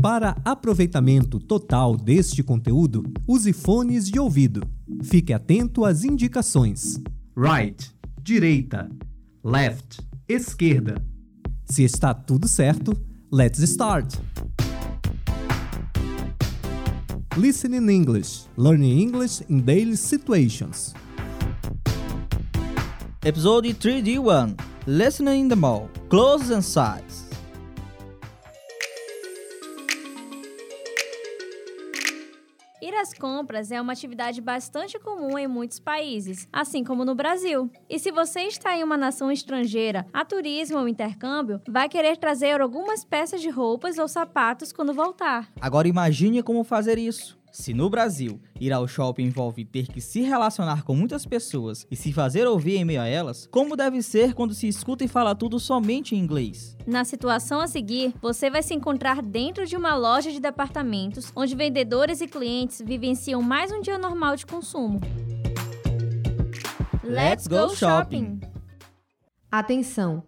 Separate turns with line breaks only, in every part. Para aproveitamento total deste conteúdo, use fones de ouvido. Fique atento às indicações. Right, direita, left, esquerda. Se está tudo certo, let's start. Listen in English. Learning English in daily situations.
Episode 3D1 Listening um. in the Mall Close and Size
Ir às compras é uma atividade bastante comum em muitos países, assim como no Brasil. E se você está em uma nação estrangeira, a turismo ou intercâmbio, vai querer trazer algumas peças de roupas ou sapatos quando voltar.
Agora imagine como fazer isso. Se no Brasil ir ao shopping envolve ter que se relacionar com muitas pessoas e se fazer ouvir em meio a elas, como deve ser quando se escuta e fala tudo somente em inglês?
Na situação a seguir, você vai se encontrar dentro de uma loja de departamentos onde vendedores e clientes vivenciam mais um dia normal de consumo.
Let's go shopping.
Atenção!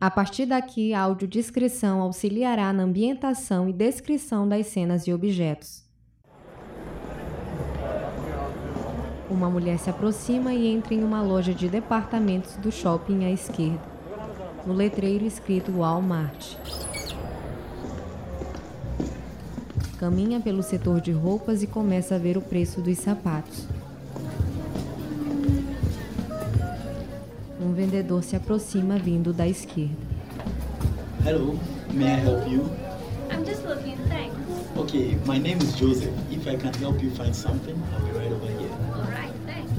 A partir daqui, a audiodescrição auxiliará na ambientação e descrição das cenas e objetos. Uma mulher se aproxima e entra em uma loja de departamentos do shopping à esquerda, no letreiro escrito Walmart. Caminha pelo setor de roupas e começa a ver o preço dos sapatos. Um vendedor se aproxima vindo da esquerda.
Hello, may I help you?
I'm just looking, thanks.
Okay, my name is Joseph. If I can help you find something, I'll be right over here.
Alright, thanks.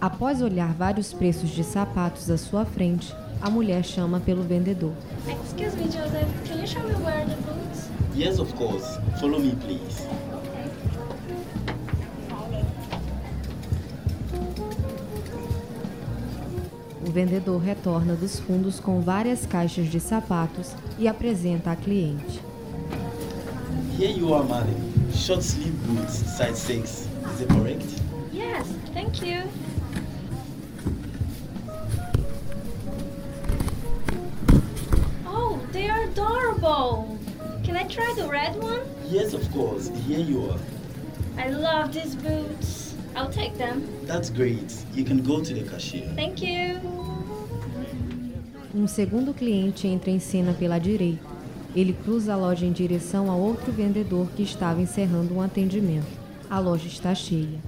Após olhar vários preços de sapatos à sua frente, a mulher chama pelo vendedor.
Excuse me, Joseph. Can you show me where the boots?
Yes, of course. Follow me, please.
O vendedor retorna dos fundos com várias caixas de sapatos e apresenta a cliente.
Here you are, madam. Short sleeve boots, size 6. Is it correct?
Yes, thank you. Oh, they are adorable. Can I try the red one?
Yes, of course. Here you are.
I love these boots. I'll take them.
That's great. You can go to the cashier.
Thank you.
Um segundo cliente entra em cena pela direita. Ele cruza a loja em direção a outro vendedor que estava encerrando um atendimento. A loja está cheia.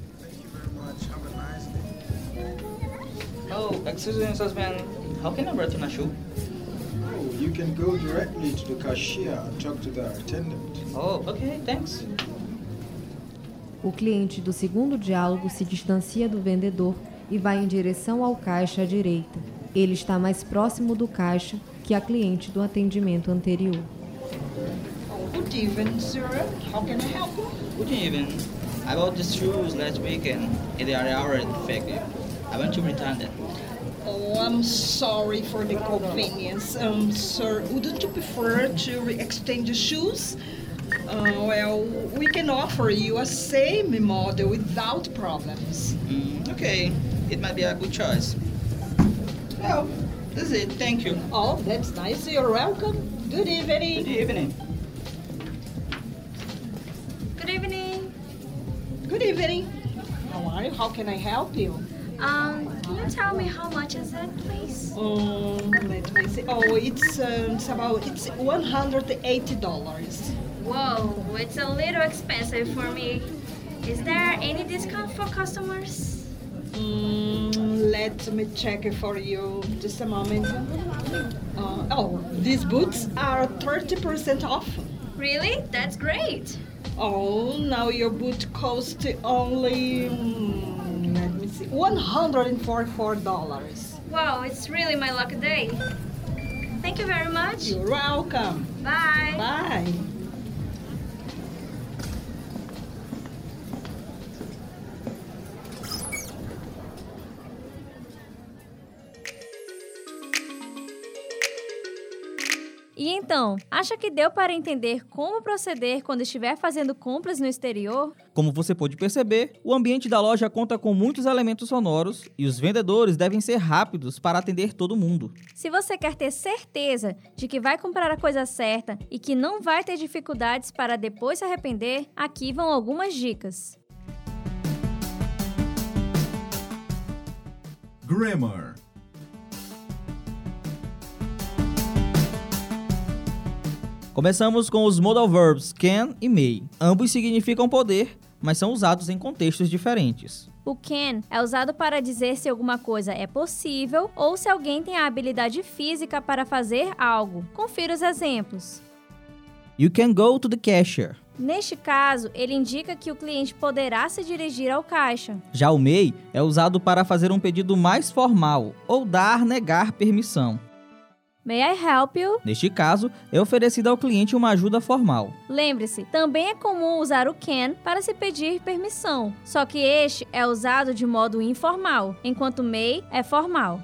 Oh, excuse me, husband. How can I return a shoe?
Oh, you can go directly to the cashier and talk to the attendant.
Oh, okay, thanks.
O cliente do segundo diálogo se distancia do vendedor e vai em direção ao caixa à direita. Ele está mais próximo do caixa que a cliente do atendimento anterior.
Good evening, sir. How can I help you?
Good evening. I bought these shoes last weekend and they are already defective. I want to return them.
Oh, I'm sorry for the inconvenience. Um, sir, wouldn't you prefer to re- exchange the shoes? Uh, well, we can offer you a same model without problems.
Mm, okay, it might be a good choice. Well, this is it. Thank you.
Oh, that's nice. You're welcome. Good
Good
evening.
evening.
Good evening.
Good evening. How are you? How can I help you?
Um, can you tell me how much is it, please?
Um, let me see. Oh, it's, um, it's about it's one hundred eighty dollars.
Whoa, it's a little expensive for me. Is there any discount for customers?
Mm, let me check it for you. Just a moment. Uh, oh, these boots are 30% off.
Really? That's great.
Oh, now your boot costs only, mm, let me see, $144.
Wow, it's really my lucky day. Thank you very much.
You're welcome.
Bye.
Bye.
E Então, acha que deu para entender como proceder quando estiver fazendo compras no exterior?
Como você pôde perceber, o ambiente da loja conta com muitos elementos sonoros e os vendedores devem ser rápidos para atender todo mundo.
Se você quer ter certeza de que vai comprar a coisa certa e que não vai ter dificuldades para depois se arrepender, aqui vão algumas dicas.
Grammar.
Começamos com os modal verbs can e may. Ambos significam poder, mas são usados em contextos diferentes.
O can é usado para dizer se alguma coisa é possível ou se alguém tem a habilidade física para fazer algo. Confira os exemplos.
You can go to the cashier.
Neste caso, ele indica que o cliente poderá se dirigir ao caixa.
Já o may é usado para fazer um pedido mais formal ou dar negar permissão.
May I help you?
Neste caso, é oferecida ao cliente uma ajuda formal.
Lembre-se, também é comum usar o can para se pedir permissão, só que este é usado de modo informal, enquanto may é formal.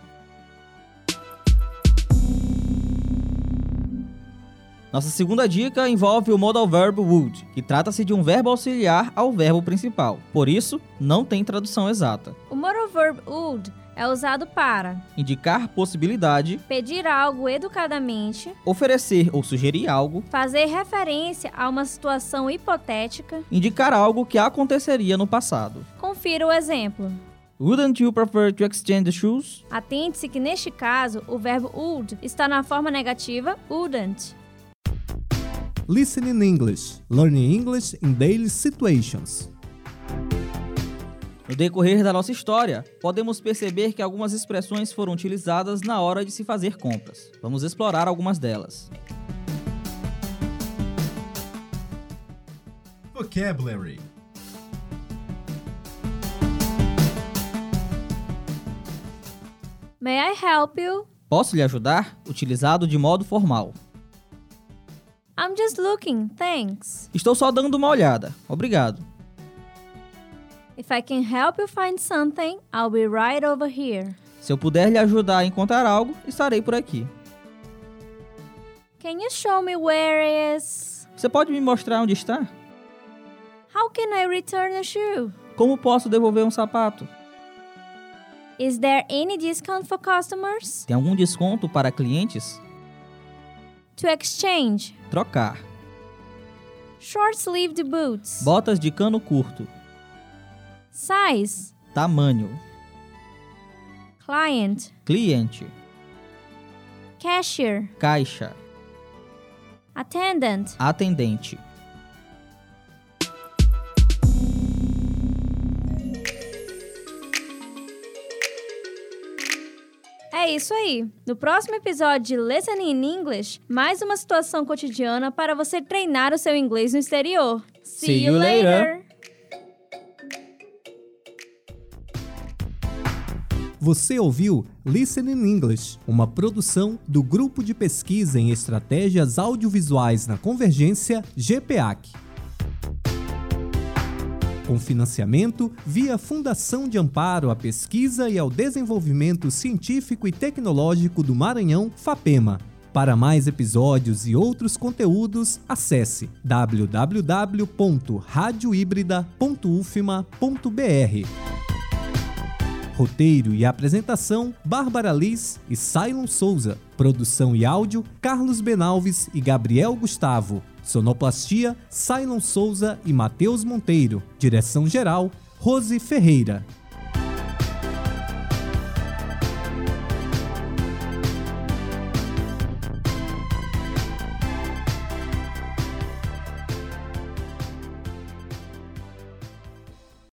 Nossa segunda dica envolve o modal verbo would, que trata-se de um verbo auxiliar ao verbo principal. Por isso, não tem tradução exata.
O modal verb would é usado para
Indicar possibilidade,
pedir algo educadamente,
oferecer ou sugerir algo,
fazer referência a uma situação hipotética.
indicar algo que aconteceria no passado.
Confira o exemplo.
Wouldn't you prefer to exchange shoes?
Atente-se que neste caso o verbo would está na forma negativa wouldn't.
Listening English. Learning English in daily situations.
No decorrer da nossa história, podemos perceber que algumas expressões foram utilizadas na hora de se fazer compras. Vamos explorar algumas delas.
Vocabulary.
May I help you?
Posso lhe ajudar? Utilizado de modo formal.
I'm just looking, thanks.
Estou só dando uma olhada. Obrigado.
If I can help you find something, I'll be right over here.
Se eu puder lhe ajudar a encontrar algo, estarei por aqui.
Can you show me where it is?
Você pode me mostrar onde está?
How can I return a shoe?
Como posso devolver um sapato?
Is there any discount for customers?
Tem algum desconto para clientes?
To exchange
Trocar.
short-sleeved boots.
Botas de cano curto.
Size
Tamanho.
client
Cliente.
cashier
Caixa.
attendant
Atendente.
É isso aí. No próximo episódio de Listening in English, mais uma situação cotidiana para você treinar o seu inglês no exterior.
See you later.
Você ouviu Listening English, uma produção do Grupo de Pesquisa em Estratégias Audiovisuais na Convergência, GPAC. Com financiamento via Fundação de Amparo à Pesquisa e ao Desenvolvimento Científico e Tecnológico do Maranhão, FAPEMA. Para mais episódios e outros conteúdos, acesse www.radiohibrida.ufma.br. Roteiro e apresentação: Bárbara Liz e Cylon Souza. Produção e áudio: Carlos Benalves e Gabriel Gustavo. Sonoplastia: Cylon Souza e Matheus Monteiro. Direção geral: Rose Ferreira.